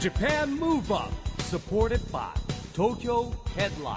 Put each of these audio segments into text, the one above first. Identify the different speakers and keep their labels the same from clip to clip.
Speaker 1: JAPAN MOVE UP SUPPORTED BY TOKYO HEADLINE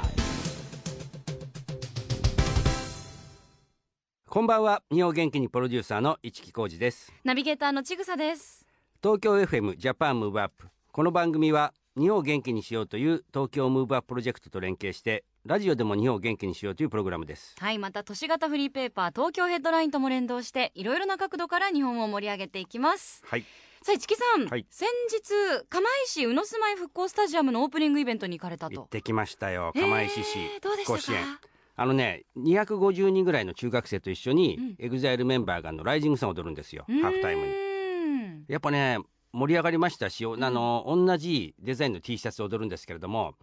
Speaker 2: こんばんは日本元気にプロデューサーの市木浩司です
Speaker 3: ナビゲーターのちぐさです。
Speaker 2: 東京 FM ジャパンムーブアップこの番組は日本を元気にしようという東京ムーブアッププロジェクトと連携してラジオでも日本を元気にしようというプログラムです
Speaker 3: はい、また都市型フリーペーパー東京ヘッドラインとも連動して、いろいろな角度から日本を盛り上げていきます。
Speaker 2: はい
Speaker 3: さあ、市木さん、
Speaker 2: はい
Speaker 3: 先日釜石宇野住まい復興スタジアムのオープニングイベントに行かれた
Speaker 2: 行っ
Speaker 3: と。
Speaker 2: てきましたよ釜石市
Speaker 3: えーどうでした
Speaker 2: 甲子園
Speaker 3: か。
Speaker 2: あのね250人ぐらいの中学生と一緒に
Speaker 3: う
Speaker 2: エグザイルメンバーがあのライジングさんを踊るんですよ
Speaker 3: うーん
Speaker 2: ハーフタイムにやっぱね盛り上がりましたし、おあの同じデザインの T シャツを踊るんですけれども、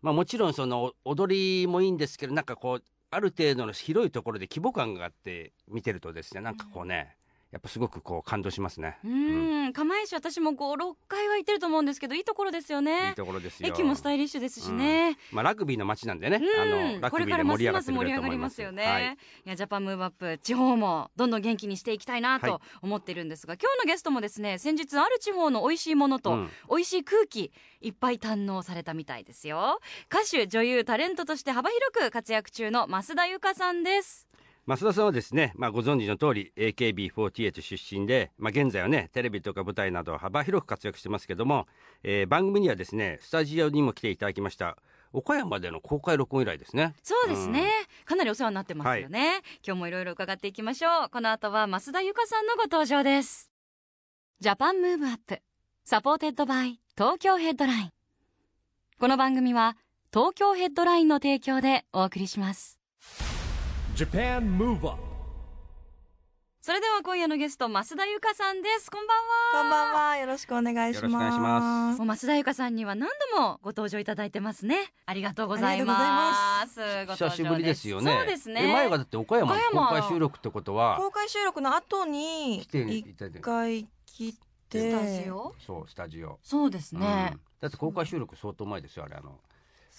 Speaker 2: まあ、もちろんそのお踊りもいいんですけどなんかこうある程度の広いところで規模感があって見てるとですねなんかこうね、やっぱすごくこう感動しますね
Speaker 3: う。ーん、釜石私も5、6回は行ってると思うんですけど、いいところですよ
Speaker 2: い
Speaker 3: ね
Speaker 2: い。ところですよ
Speaker 3: 駅もスタイリッシュですしね。
Speaker 2: まあ、ラグビーの街なんでね、あ
Speaker 3: う
Speaker 2: の
Speaker 3: ん、
Speaker 2: ラ
Speaker 3: こ
Speaker 2: グ
Speaker 3: れ
Speaker 2: ビーで
Speaker 3: から
Speaker 2: 盛
Speaker 3: ます
Speaker 2: り上がっ
Speaker 3: ま
Speaker 2: て
Speaker 3: す
Speaker 2: く
Speaker 3: 盛
Speaker 2: れ
Speaker 3: り
Speaker 2: ると
Speaker 3: 上
Speaker 2: 思
Speaker 3: が
Speaker 2: い
Speaker 3: り
Speaker 2: ま
Speaker 3: ますすよね、
Speaker 2: はい
Speaker 3: い、やジャパンムーブアップ地方もどんどん元気にしていきたいな
Speaker 2: はい
Speaker 3: と思ってるんですが、今日のゲストもですね先日ある地方の美味しいもの
Speaker 2: う
Speaker 3: と
Speaker 2: ん
Speaker 3: 美味しい空気いっぱい堪能されたみたいですよ歌手女優タレントとして幅広く活躍中の増田由香さんです
Speaker 2: 増田さんはですね、まあ、ご存知の通り AKB48 出身で、まあ、現在はねテレビとか舞台など幅広く活躍してますけども、えー番組にはですねスタジオにも来ていただきました岡山での公開録音以来ですね
Speaker 3: そうですね、かなりお世話になってますよね、今日もいろいろ伺っていきましょうこの後は増田由香さんのご登場ですジャパンムーブアップサポーテッドバイ東京ヘッドラインこの番組は東京ヘッドラインの提供でお送りします
Speaker 1: JAPAN MOVE UP
Speaker 3: それでは今夜のゲスト増田由香さんですこんばんは
Speaker 4: こんばんは。よろしくお願いし
Speaker 2: よろ
Speaker 4: ます。
Speaker 2: しくお願いしま
Speaker 3: もう増田由香さんには何度もご登場いただいてますねありがとうございますご
Speaker 2: 久しぶりですよね
Speaker 3: そうですね
Speaker 2: え前がだって岡山の
Speaker 3: 岡
Speaker 2: 公
Speaker 3: 山
Speaker 2: 開収録ってことは
Speaker 4: 公開収録の後に
Speaker 2: 来てい
Speaker 4: 一
Speaker 2: ただいて
Speaker 4: 回来て、
Speaker 3: スタジオ
Speaker 2: そうスタジオ、
Speaker 3: そうですね
Speaker 2: うん、だって公開収録相当前ですよあれあの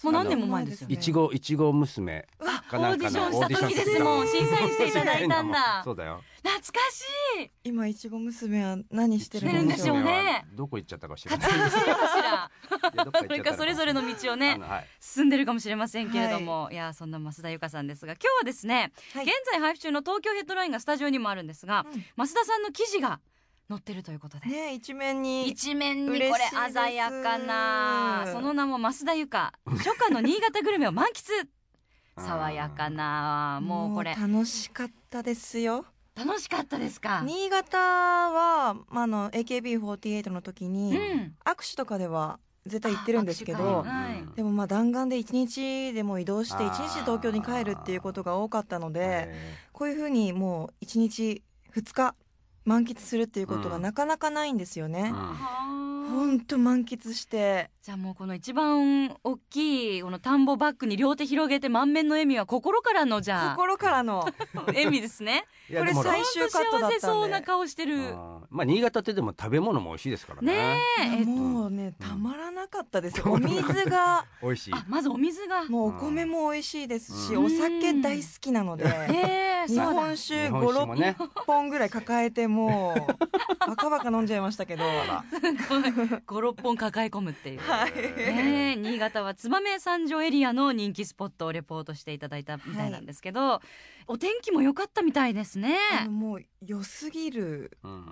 Speaker 3: もう何年も前ですよね
Speaker 2: いちごいちご娘かなんかの
Speaker 3: オーディションした時ですもん審査員していただいたん だ
Speaker 2: そうだよ
Speaker 3: 懐かし
Speaker 4: 今いちご娘は何してる
Speaker 3: してるん
Speaker 4: ん
Speaker 3: で
Speaker 4: で
Speaker 3: し
Speaker 4: し
Speaker 3: ょ
Speaker 4: ょ
Speaker 3: う
Speaker 4: う。
Speaker 3: ね
Speaker 2: どこ行っちゃったか知
Speaker 3: い
Speaker 2: らな
Speaker 3: 活躍
Speaker 2: い
Speaker 3: してるかしら
Speaker 2: いやどっか 行っちゃった
Speaker 3: それ
Speaker 2: の
Speaker 3: かそれぞれの道を
Speaker 2: あ
Speaker 3: ね
Speaker 2: のはい
Speaker 3: 進んでるかもしれませんけれども、い、やそんな増田由香さんですが今日はですね、
Speaker 4: はい
Speaker 3: 現在配布中の東京ヘッドラインがスタジオにもあるんですが、増田さんの記事が載ってるということで、
Speaker 4: ね一面に
Speaker 3: 一面にこれ
Speaker 4: 嬉しいです
Speaker 3: 鮮やかなその名も増田由香初夏の新潟グルメを満喫爽やかなもうこれ
Speaker 4: 楽しかったですよ。
Speaker 3: 楽しかったですか
Speaker 4: 新潟はまああの AKB48 の時
Speaker 3: う
Speaker 4: に
Speaker 3: ん
Speaker 4: 握手とかでは絶対行ってるんですけ
Speaker 3: あ握手
Speaker 4: ど
Speaker 3: 会。はい
Speaker 2: うん
Speaker 4: でもまあ弾丸で一日でも移動して
Speaker 2: あー
Speaker 4: 一日で東京に帰るっていうことが多かったので、
Speaker 2: え
Speaker 4: こういうふうにもう一日二日満喫するっていうこと
Speaker 2: う
Speaker 4: が
Speaker 2: ん
Speaker 4: なかなかないんですよね。
Speaker 2: ー
Speaker 4: ほんと満喫して
Speaker 3: じゃあもうこの一番大きいこの田んぼバッグに両手広げて満面の笑みは心からのじゃあ
Speaker 4: 心からの
Speaker 3: 笑みですね。
Speaker 2: いやでも
Speaker 4: これ
Speaker 2: ほら
Speaker 4: 最終カットだった
Speaker 3: 本当幸
Speaker 4: んで
Speaker 3: せそうな顔してる。
Speaker 2: うんまあ新潟ってでも食べ物も美味しいですからね
Speaker 3: ね ええ
Speaker 4: もうねたまらなかったですよお水が
Speaker 2: 美味しい
Speaker 3: あまずお水が。
Speaker 4: もうお米も美味しいですし
Speaker 2: うん
Speaker 4: お酒大好きなので
Speaker 3: ええ
Speaker 4: 日
Speaker 3: そうだ
Speaker 4: 本。酒
Speaker 2: 日本酒も
Speaker 4: 56
Speaker 2: ね
Speaker 4: 本ぐらい抱えてもうバカバカ飲んじゃいましたけど
Speaker 3: 五六本抱え込むっていう。
Speaker 4: はい
Speaker 3: ねえ新潟は燕三条エリアの人気スポットをレポートしていただいたみたいなんですけど、お天気も良かったみたいですね。
Speaker 4: あのもう良すぎる
Speaker 2: うん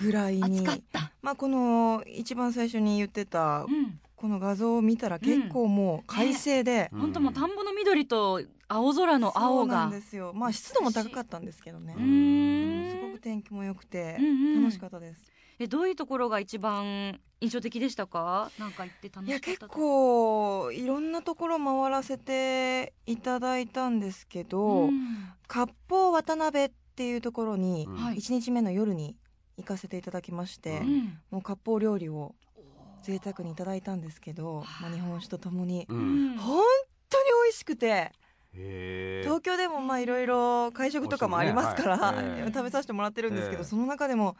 Speaker 4: ぐらい
Speaker 3: 暑
Speaker 4: に
Speaker 3: かった。
Speaker 4: まあこの一番最初に言ってた
Speaker 3: うん。
Speaker 4: この画像を見たら結構もう快晴で
Speaker 2: うん
Speaker 3: 本当もう田んぼの緑と青空の
Speaker 4: そ
Speaker 3: 青
Speaker 4: うなん
Speaker 3: が。
Speaker 4: ですよまあ湿度も高かったんですけどね
Speaker 3: うーん
Speaker 4: すごく天気も良くて
Speaker 3: うんうん
Speaker 4: 楽しかったです。
Speaker 3: えどういうところが一番印象的でしたか？なんか行って楽
Speaker 4: い
Speaker 3: しか
Speaker 4: や
Speaker 3: ったと
Speaker 4: 結構いろんなところ回らせていただいたんですけ
Speaker 3: う
Speaker 4: ど、
Speaker 3: ん
Speaker 4: 割烹渡辺っていうところに
Speaker 2: うん
Speaker 3: はい
Speaker 4: 1日目の夜に行かせていただきまして、
Speaker 2: う
Speaker 3: うん
Speaker 4: もう割烹料理を贅沢にいただいたんですけど、まあ、日本酒とともに
Speaker 2: う
Speaker 3: うんん
Speaker 4: 本当に美味しくて
Speaker 2: へー
Speaker 4: 東京でもまあいろいろ会食とかもありますから、
Speaker 2: 美味しいねはい
Speaker 4: 食べさせてもらってるんですけ
Speaker 2: え
Speaker 4: ど、
Speaker 2: え
Speaker 4: その中でも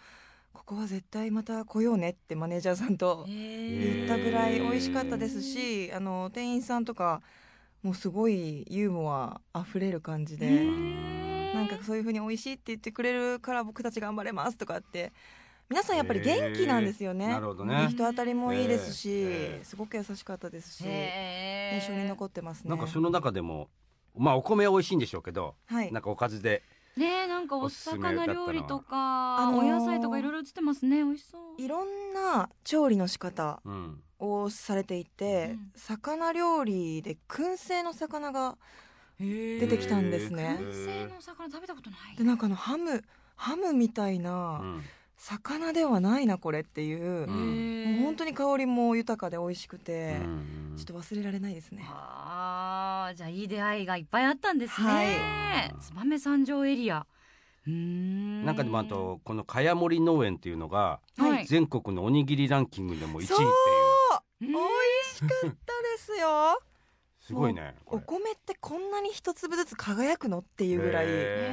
Speaker 4: ここは絶対また来ようねってマネージャーさんと
Speaker 3: へ
Speaker 2: へー
Speaker 4: 行ったぐらい美味しかったですし、あの店員さんとかもうすごいユーモアあふれる感じで、
Speaker 3: うん
Speaker 4: なんかそういう風に美味しいって言ってくれるから僕たち頑張れますとかって皆さんやっぱり元気なんですよね。
Speaker 2: へーなるほどね
Speaker 4: 人当たりもいいですし、
Speaker 2: へー
Speaker 4: すごく優しかったですし、
Speaker 3: 印
Speaker 4: 印象に残ってますね。
Speaker 2: なんかその中でもまあお米は美味しいんでしょうけど、
Speaker 4: はい
Speaker 2: なん。かおかずで
Speaker 3: ねえなんかお
Speaker 2: おすすめだっ
Speaker 3: 魚
Speaker 2: たな
Speaker 3: 料理とか、
Speaker 4: あのー
Speaker 3: お野菜とかいろいろ映ってますね美味しそう
Speaker 4: いろんな調理の仕方
Speaker 2: うん
Speaker 4: をされていて、
Speaker 3: うん
Speaker 4: 魚料理で燻製の魚が
Speaker 3: 出
Speaker 4: 出てきたんですね。
Speaker 3: 燻製のお魚食べたことない
Speaker 4: でなんかあのハムハムみたいうなん魚ではないなこれっていう、
Speaker 2: う
Speaker 4: も
Speaker 2: ん
Speaker 4: う本当
Speaker 3: に
Speaker 4: に香りも豊かで美味しく
Speaker 2: う
Speaker 4: て、
Speaker 2: ん
Speaker 4: ちょっと忘れられないですね。
Speaker 3: あーじゃあいい出会いがいっぱいあったんですね、
Speaker 2: はい
Speaker 3: 燕三条エリアうーん
Speaker 2: なんかでもあとこの茅森農園っていうのが
Speaker 3: はい、
Speaker 2: 全国のおにぎりランキングでも1位っていう
Speaker 4: そう
Speaker 3: うん
Speaker 4: 美味しかったです よ。
Speaker 2: すごいねこ
Speaker 4: お
Speaker 2: れ
Speaker 4: 米ってこんなに一粒ずつ輝くのっていうぐらい、
Speaker 2: へ
Speaker 3: へ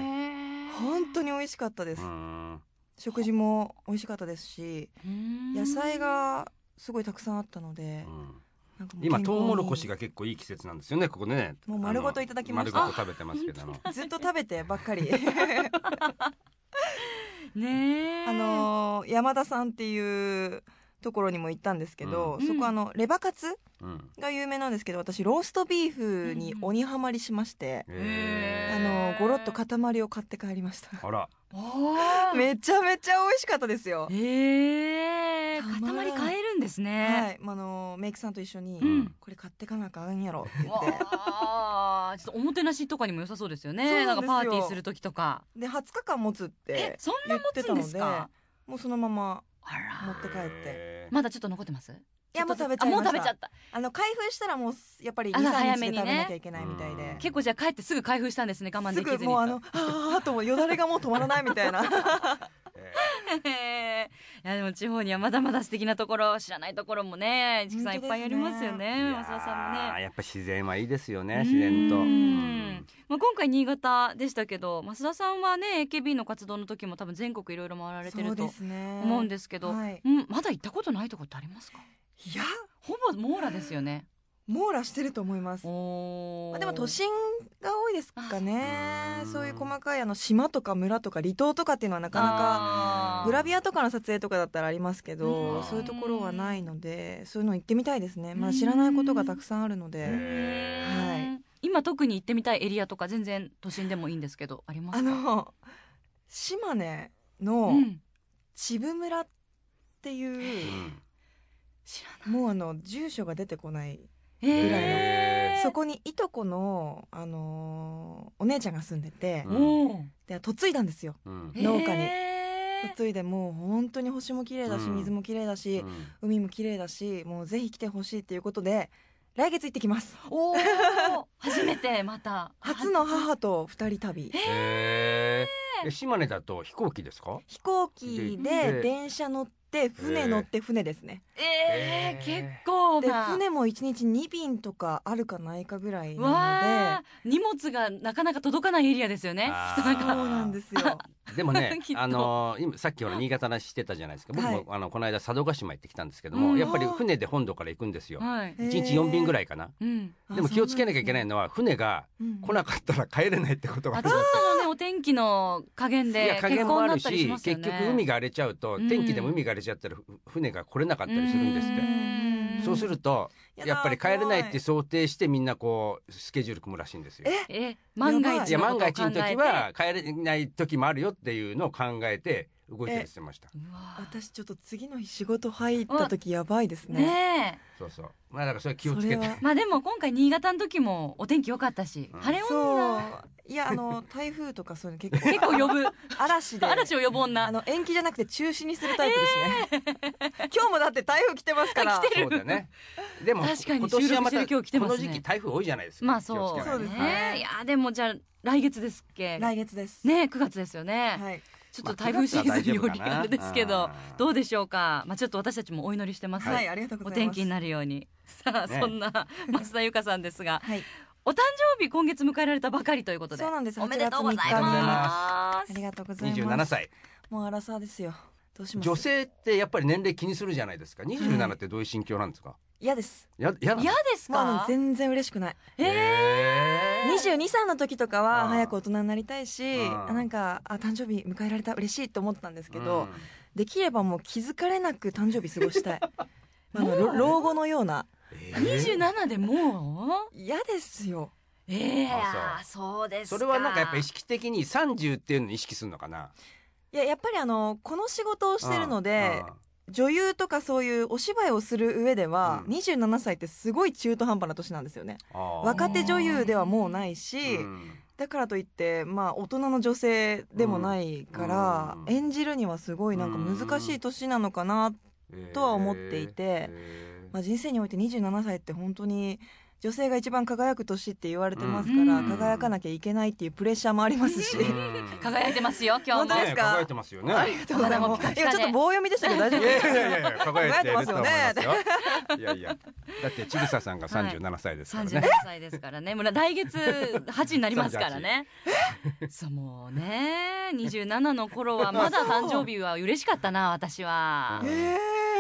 Speaker 3: ー
Speaker 4: 本当に美味しかったです。
Speaker 2: うん
Speaker 4: 食事も美味しかったですし、
Speaker 3: うーん
Speaker 4: 野菜がすごいたくさんあったので
Speaker 2: う、ん
Speaker 4: なんかもう
Speaker 2: 今
Speaker 4: 健康
Speaker 2: ト
Speaker 4: に
Speaker 2: ウモロコシが結構いい季節なんですよねここね
Speaker 4: もう丸ごといただきました
Speaker 2: あの丸ごと食べてますけども
Speaker 4: ずっと食べてばっかり。
Speaker 3: ねえ
Speaker 4: あのー山田さんっていうところにも行ったんですけど、
Speaker 3: うん
Speaker 4: そこあのレバカツ
Speaker 2: うん
Speaker 4: が有名なんですけど私ローストビーフに鬼ハマりしまして、
Speaker 2: へ
Speaker 4: あのーゴロッと塊を買って帰りました
Speaker 2: ーあら
Speaker 3: おー
Speaker 4: めちゃめちゃ美味しかったですよ、
Speaker 3: へえ
Speaker 4: たまら
Speaker 3: 塊
Speaker 4: ん
Speaker 3: 買えるんですね、
Speaker 4: はい、まああのーメイクさんと一緒に、
Speaker 3: うん
Speaker 4: これ買ってかなあかんやろって言って
Speaker 3: わあ、ちょっとおもてなしとかにも良さそうですよね。
Speaker 4: そ
Speaker 3: な
Speaker 4: うなん
Speaker 3: か
Speaker 4: んですよ
Speaker 3: パーティーする時とか。
Speaker 4: で20日間持つっ
Speaker 3: え
Speaker 4: て、
Speaker 3: そんな
Speaker 4: 言っ
Speaker 3: 持
Speaker 4: て
Speaker 3: つ
Speaker 4: た
Speaker 3: んで
Speaker 4: の
Speaker 3: す
Speaker 4: で
Speaker 3: か。
Speaker 4: もうそのまま
Speaker 3: あら、
Speaker 4: 持って帰って
Speaker 2: へー
Speaker 3: まだちょっと残ってます。
Speaker 4: いやもう食べちゃい
Speaker 3: あも
Speaker 4: ま
Speaker 3: う
Speaker 4: した
Speaker 3: 食べちゃった。
Speaker 4: あの開封したらもうやっぱり
Speaker 3: あら早
Speaker 4: 23日
Speaker 3: め
Speaker 4: で
Speaker 3: にね
Speaker 4: 食べなきゃいけないみたいで
Speaker 2: うん
Speaker 3: 結構じゃあ帰ってすぐ開封したんですね。我慢
Speaker 4: す
Speaker 3: できず
Speaker 4: ぐ
Speaker 3: に。
Speaker 4: もうあのあーともよだれがもう止まらないみたいな
Speaker 3: へ ーいやでも地方にはまだまだ素敵なところ、知らないところもね、市木さんいっぱいありますよね。
Speaker 2: いや
Speaker 3: 松田さんも
Speaker 2: ー
Speaker 3: ね。
Speaker 2: やっぱ自然はいいですよね自然と
Speaker 3: うーん
Speaker 2: うん
Speaker 3: まあ今回新潟でしたけど、増田さんはね AKB の活動の時も多分全国いろいろ回られてると
Speaker 4: ね
Speaker 3: 思うんですけど、
Speaker 4: はい、
Speaker 3: うん、まだ行ったことないとこってありますか
Speaker 4: いや
Speaker 3: ほぼ網羅ですよね
Speaker 4: 網羅してると思います
Speaker 3: おー
Speaker 4: まあでも都心が多いですか
Speaker 2: あ
Speaker 4: ね
Speaker 2: そう
Speaker 4: そういう細かいあの島とか村とか離島とかっていうのはなかなか
Speaker 3: あー
Speaker 4: グラビアとかの撮影とかだったらありますけ
Speaker 3: う
Speaker 4: ど
Speaker 2: ん
Speaker 4: そういうところはないのでそういうの行ってみたいですねま
Speaker 3: う
Speaker 4: あ
Speaker 3: ん
Speaker 4: 知らないことがたくさんあるので
Speaker 2: へ
Speaker 4: はい
Speaker 3: 今特に行ってみたいエリアとか全然都心でもいいんですけどあります
Speaker 4: あ
Speaker 3: か
Speaker 4: の島根
Speaker 3: う
Speaker 4: の
Speaker 3: ん、
Speaker 4: 千部村ってい
Speaker 2: ー
Speaker 4: う
Speaker 2: うん
Speaker 3: 知ら
Speaker 4: もうあの住所が出てこない
Speaker 3: ない
Speaker 4: ぐらいの
Speaker 3: えー
Speaker 4: そこにいとこの、あのーお姉ちゃんが住んでて、
Speaker 2: うん
Speaker 3: おー
Speaker 4: で嫁いだんですよ
Speaker 2: うん
Speaker 4: 農家に
Speaker 3: へー
Speaker 4: 嫁いでもう本当に星も綺麗だし
Speaker 2: うん
Speaker 4: 水も綺麗だし、
Speaker 2: うん
Speaker 4: 海も綺麗だしもうぜひ来てほしいっていうことで来月行ってきます
Speaker 3: お ー初めてまた
Speaker 4: 初の母と二人旅
Speaker 2: へーえ島根だと飛行機ですか
Speaker 4: 飛行機
Speaker 2: で
Speaker 4: で電車乗って船乗って船ですね
Speaker 3: え
Speaker 2: え
Speaker 3: ー、
Speaker 2: ー
Speaker 3: 結構
Speaker 4: で
Speaker 3: な
Speaker 4: 船も一日2便とかあるかないかぐらいな
Speaker 3: わー荷物がなかなか届かないエリアですよね
Speaker 2: あ
Speaker 3: き
Speaker 2: ー
Speaker 3: っとなん
Speaker 4: ので
Speaker 3: か
Speaker 4: そうなんで すよ
Speaker 2: でも ね
Speaker 3: きっと
Speaker 2: あのー今さっきほら新潟の話してたじゃないですか僕も、
Speaker 4: はい
Speaker 2: あのこの間佐渡島行ってきたんですけども、
Speaker 3: うん
Speaker 2: やっぱり船で本土から行くんですよ
Speaker 3: はい
Speaker 2: 1日4便ぐらいかな
Speaker 3: うん
Speaker 2: でも気をつけなきゃいけない
Speaker 4: の、
Speaker 2: のは船が来なかったら帰れないってことが
Speaker 3: あ
Speaker 2: あ
Speaker 3: ちょっとのねお天気の加減
Speaker 2: いや
Speaker 3: で
Speaker 2: 加
Speaker 3: 結
Speaker 2: 減も
Speaker 3: 婚
Speaker 2: あ
Speaker 3: だっ
Speaker 2: る
Speaker 3: た
Speaker 2: し
Speaker 3: りしますよ
Speaker 2: 結
Speaker 3: ね。
Speaker 2: 局海が荒れちゃうと天気でも
Speaker 3: うん
Speaker 2: 海が荒れちゃったらふ船が来れなかったりするんですって
Speaker 3: うん
Speaker 2: そうすると
Speaker 4: やだー
Speaker 2: やっぱり帰れないっ
Speaker 4: 怖
Speaker 2: て想定してみんなこうスケジュール組むらしいんですよ。
Speaker 3: え万が
Speaker 4: ば
Speaker 3: 一
Speaker 2: いや
Speaker 3: の
Speaker 2: 万
Speaker 3: こと
Speaker 2: が
Speaker 3: を
Speaker 2: 一の
Speaker 3: 考えて
Speaker 2: 時は帰れない時もあるよっていうのを考えて動いてるって言ってました。
Speaker 3: うわ
Speaker 4: 私ちょっと次の日仕事入った時やばいですね
Speaker 3: ねえ
Speaker 2: そうそう。まあだからそれ気をつけ
Speaker 4: そ
Speaker 2: て
Speaker 4: れは。
Speaker 3: まあでも今回新潟の時もお天気良かったし
Speaker 2: うん
Speaker 3: 晴れ
Speaker 4: そう
Speaker 3: 女
Speaker 4: いやあの台風とかそうい うの結構
Speaker 3: 結構呼ぶ
Speaker 4: 嵐で
Speaker 3: 嵐を呼ぶ
Speaker 4: あ
Speaker 3: 女
Speaker 4: の延期じゃなくて中止にするタイプですね、 今日もだって台風来てますから
Speaker 3: 来て
Speaker 2: そうだね。でも
Speaker 3: 確かに
Speaker 2: 今年はま
Speaker 3: 収録してる
Speaker 2: た
Speaker 3: 今日来て
Speaker 2: こ
Speaker 3: ま
Speaker 2: の
Speaker 3: すね
Speaker 2: 時期台風多いじゃないですか。
Speaker 3: まあそう
Speaker 2: 気をつけないと
Speaker 4: そうです
Speaker 2: はい
Speaker 4: ね
Speaker 3: いやでもじゃあ来月ですっけ
Speaker 4: 来月です
Speaker 3: ね九月ですよね、
Speaker 4: はい
Speaker 3: ちょっと台風シーズンよりあれですけ
Speaker 2: まあ
Speaker 3: ど、
Speaker 2: 九月は大丈夫かな
Speaker 3: どうでしょうかまあちょっと私たちもお祈りしてます、
Speaker 4: はいありがとう
Speaker 3: お
Speaker 4: ござい
Speaker 3: 天
Speaker 4: ます
Speaker 3: 気になるようにさあ、
Speaker 2: ね
Speaker 3: そん な増田由香さんですが
Speaker 4: はい
Speaker 3: お誕生日今月迎えられたばかりということで
Speaker 4: そうなんです
Speaker 3: おめでとうござい
Speaker 4: 8月3日に
Speaker 3: ます
Speaker 4: ありがとうございます
Speaker 2: 27歳
Speaker 4: もうアラサーですよどうします
Speaker 2: 女性ってやっぱり年齢気にするじゃないですか27ってどういう心境なんですか、
Speaker 4: 嫌です
Speaker 2: ややだ
Speaker 3: 嫌です
Speaker 4: もうあの
Speaker 3: か
Speaker 4: 全然嬉しくない
Speaker 3: え
Speaker 2: え
Speaker 3: ー
Speaker 4: 22歳の時とかは
Speaker 2: うん
Speaker 4: 早く大人になりたいし
Speaker 2: うん
Speaker 4: なんかあ誕生日迎えられた嬉しいと思ったんですけ
Speaker 2: う
Speaker 4: ど
Speaker 2: ん
Speaker 4: できればもう気づかれなく誕生日過 ごしたいあの老老後のような
Speaker 2: え
Speaker 3: 二
Speaker 2: ー
Speaker 3: 十七でもう。
Speaker 4: 嫌ですよ
Speaker 3: ええ
Speaker 2: あ
Speaker 3: そうですか。
Speaker 2: それはなんかやっぱ意識的に30っていうのに意識するのかない
Speaker 4: ややっぱりあのこの仕事をしてるので
Speaker 2: うんうん
Speaker 4: 女優とかそういうお芝居をする上では、
Speaker 2: うん
Speaker 4: 27歳ってすごい中途半端な年なんですよね
Speaker 2: あー
Speaker 4: 若手女優ではもうないし、
Speaker 2: うん
Speaker 4: だからといってまあ大人の女性でもないから、
Speaker 2: うん
Speaker 4: 演じるにはすごいなんか難しい年なのかな、とは思っていて
Speaker 2: えー
Speaker 4: まあ、人生において27歳って本当に女性が一番輝く年って言われてますから、
Speaker 3: うん
Speaker 4: 輝かなきゃいけないっていうプレッシャーもありますし、
Speaker 2: うん
Speaker 3: 輝いてますよ今日
Speaker 4: 本当
Speaker 3: も
Speaker 4: で。すか
Speaker 2: ね輝いてますよね
Speaker 4: ありがとうござい
Speaker 3: お肌
Speaker 4: ま
Speaker 3: もピカ
Speaker 4: す
Speaker 3: ピカで
Speaker 4: いやちょっと棒読みでしたけど大丈夫
Speaker 2: い
Speaker 4: です
Speaker 2: や
Speaker 4: か
Speaker 2: いやいや輝いてると思いますよい
Speaker 4: 輝
Speaker 2: やいやだってちぐささんが37歳ですから
Speaker 3: 三
Speaker 2: ね、
Speaker 3: 十七歳ですからね。もう来月八になりますからね。そうもうね、二十七の頃はまだ誕生日は嬉しかったな私は
Speaker 2: う。ん
Speaker 4: え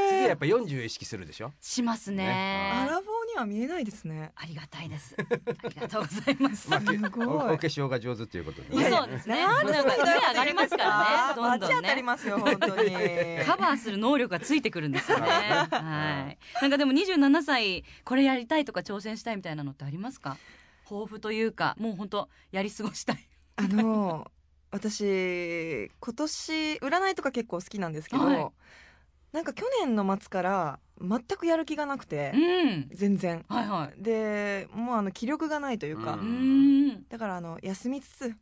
Speaker 2: 次は
Speaker 4: ー
Speaker 2: やっぱ40意識するでしょ
Speaker 3: します
Speaker 2: ね
Speaker 4: ア
Speaker 3: ね。
Speaker 4: ラフォーには見えないですね
Speaker 3: ありがたいです。ありがとうございます。
Speaker 2: まあ、け
Speaker 4: すごい
Speaker 2: おお化粧が上手ということで
Speaker 4: いやいや
Speaker 3: そうですね。
Speaker 4: な
Speaker 3: なんん
Speaker 4: で
Speaker 3: か
Speaker 4: そん
Speaker 3: 上
Speaker 4: なこと言って
Speaker 3: 上がりますからね。どんど
Speaker 4: バチ
Speaker 3: ん
Speaker 4: 当たり
Speaker 3: ね。
Speaker 4: ますよ本当に
Speaker 3: カバーする能力がついてくるんですよね。はい。なんかでも27歳これやりたいとか挑戦したいみたいなのってありますか？抱負というかもう本当やり過ごしたい。
Speaker 4: あの私今年占いとか結構好きなんですけど、
Speaker 3: はい
Speaker 4: なんか去年の末から全くやる気がなくて
Speaker 3: うん。
Speaker 4: 全然
Speaker 3: はいはい。
Speaker 4: でもうあの気力がないというか、
Speaker 2: う
Speaker 3: うんん。
Speaker 4: だからあの休みつつ